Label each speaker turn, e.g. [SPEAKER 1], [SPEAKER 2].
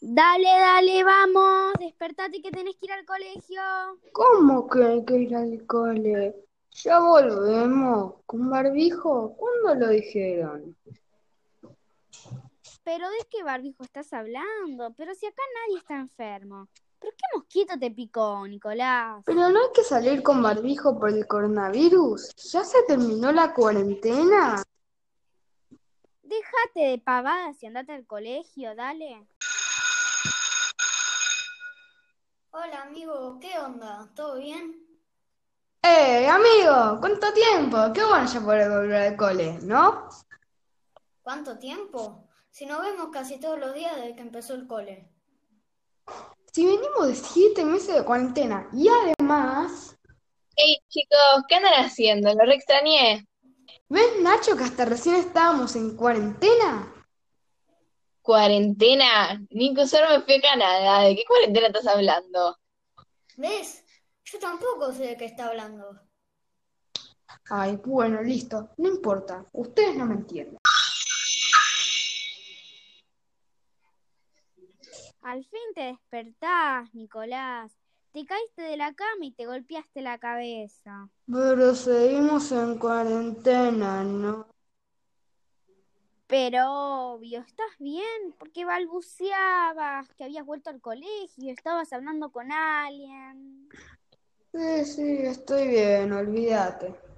[SPEAKER 1] Dale, dale, vamos, despertate que tenés que ir al colegio.
[SPEAKER 2] ¿Cómo que hay que ir al cole? Ya volvemos. ¿Con barbijo? ¿Cuándo lo dijeron?
[SPEAKER 1] Pero de qué barbijo estás hablando, pero si acá nadie está enfermo. ¿Pero qué mosquito te picó, Nicolás?
[SPEAKER 2] Pero no hay que salir con barbijo por el coronavirus. ¿Ya se terminó la cuarentena?
[SPEAKER 1] Déjate de pavadas y andate al colegio, dale.
[SPEAKER 3] Hola amigo, ¿qué onda? ¿Todo bien?
[SPEAKER 2] ¡Eh, amigo! ¿Cuánto tiempo? Qué bueno ya poder volver al cole, ¿no?
[SPEAKER 3] ¿Cuánto tiempo? Si nos vemos casi todos los días desde que empezó el cole.
[SPEAKER 2] Si venimos de siete meses de cuarentena y además...
[SPEAKER 4] Hey chicos, ¿qué andan haciendo? Lo re extrañé.
[SPEAKER 2] ¿Ves, Nacho, que hasta recién estábamos en cuarentena?
[SPEAKER 4] ¿Cuarentena? Nico, solo me fui a Canadá. ¿De qué cuarentena estás hablando?
[SPEAKER 3] ¿Ves? Yo tampoco sé de qué está hablando.
[SPEAKER 2] Ay, bueno, listo. No importa. Ustedes no me entienden.
[SPEAKER 1] Al fin te despertás, Nicolás. Te caíste de la cama y te golpeaste la cabeza.
[SPEAKER 2] Pero seguimos en cuarentena, ¿no?
[SPEAKER 1] Pero obvio, ¿estás bien? Porque balbuceabas que habías vuelto al colegio, estabas hablando con alguien.
[SPEAKER 2] Sí, sí, estoy bien, olvídate.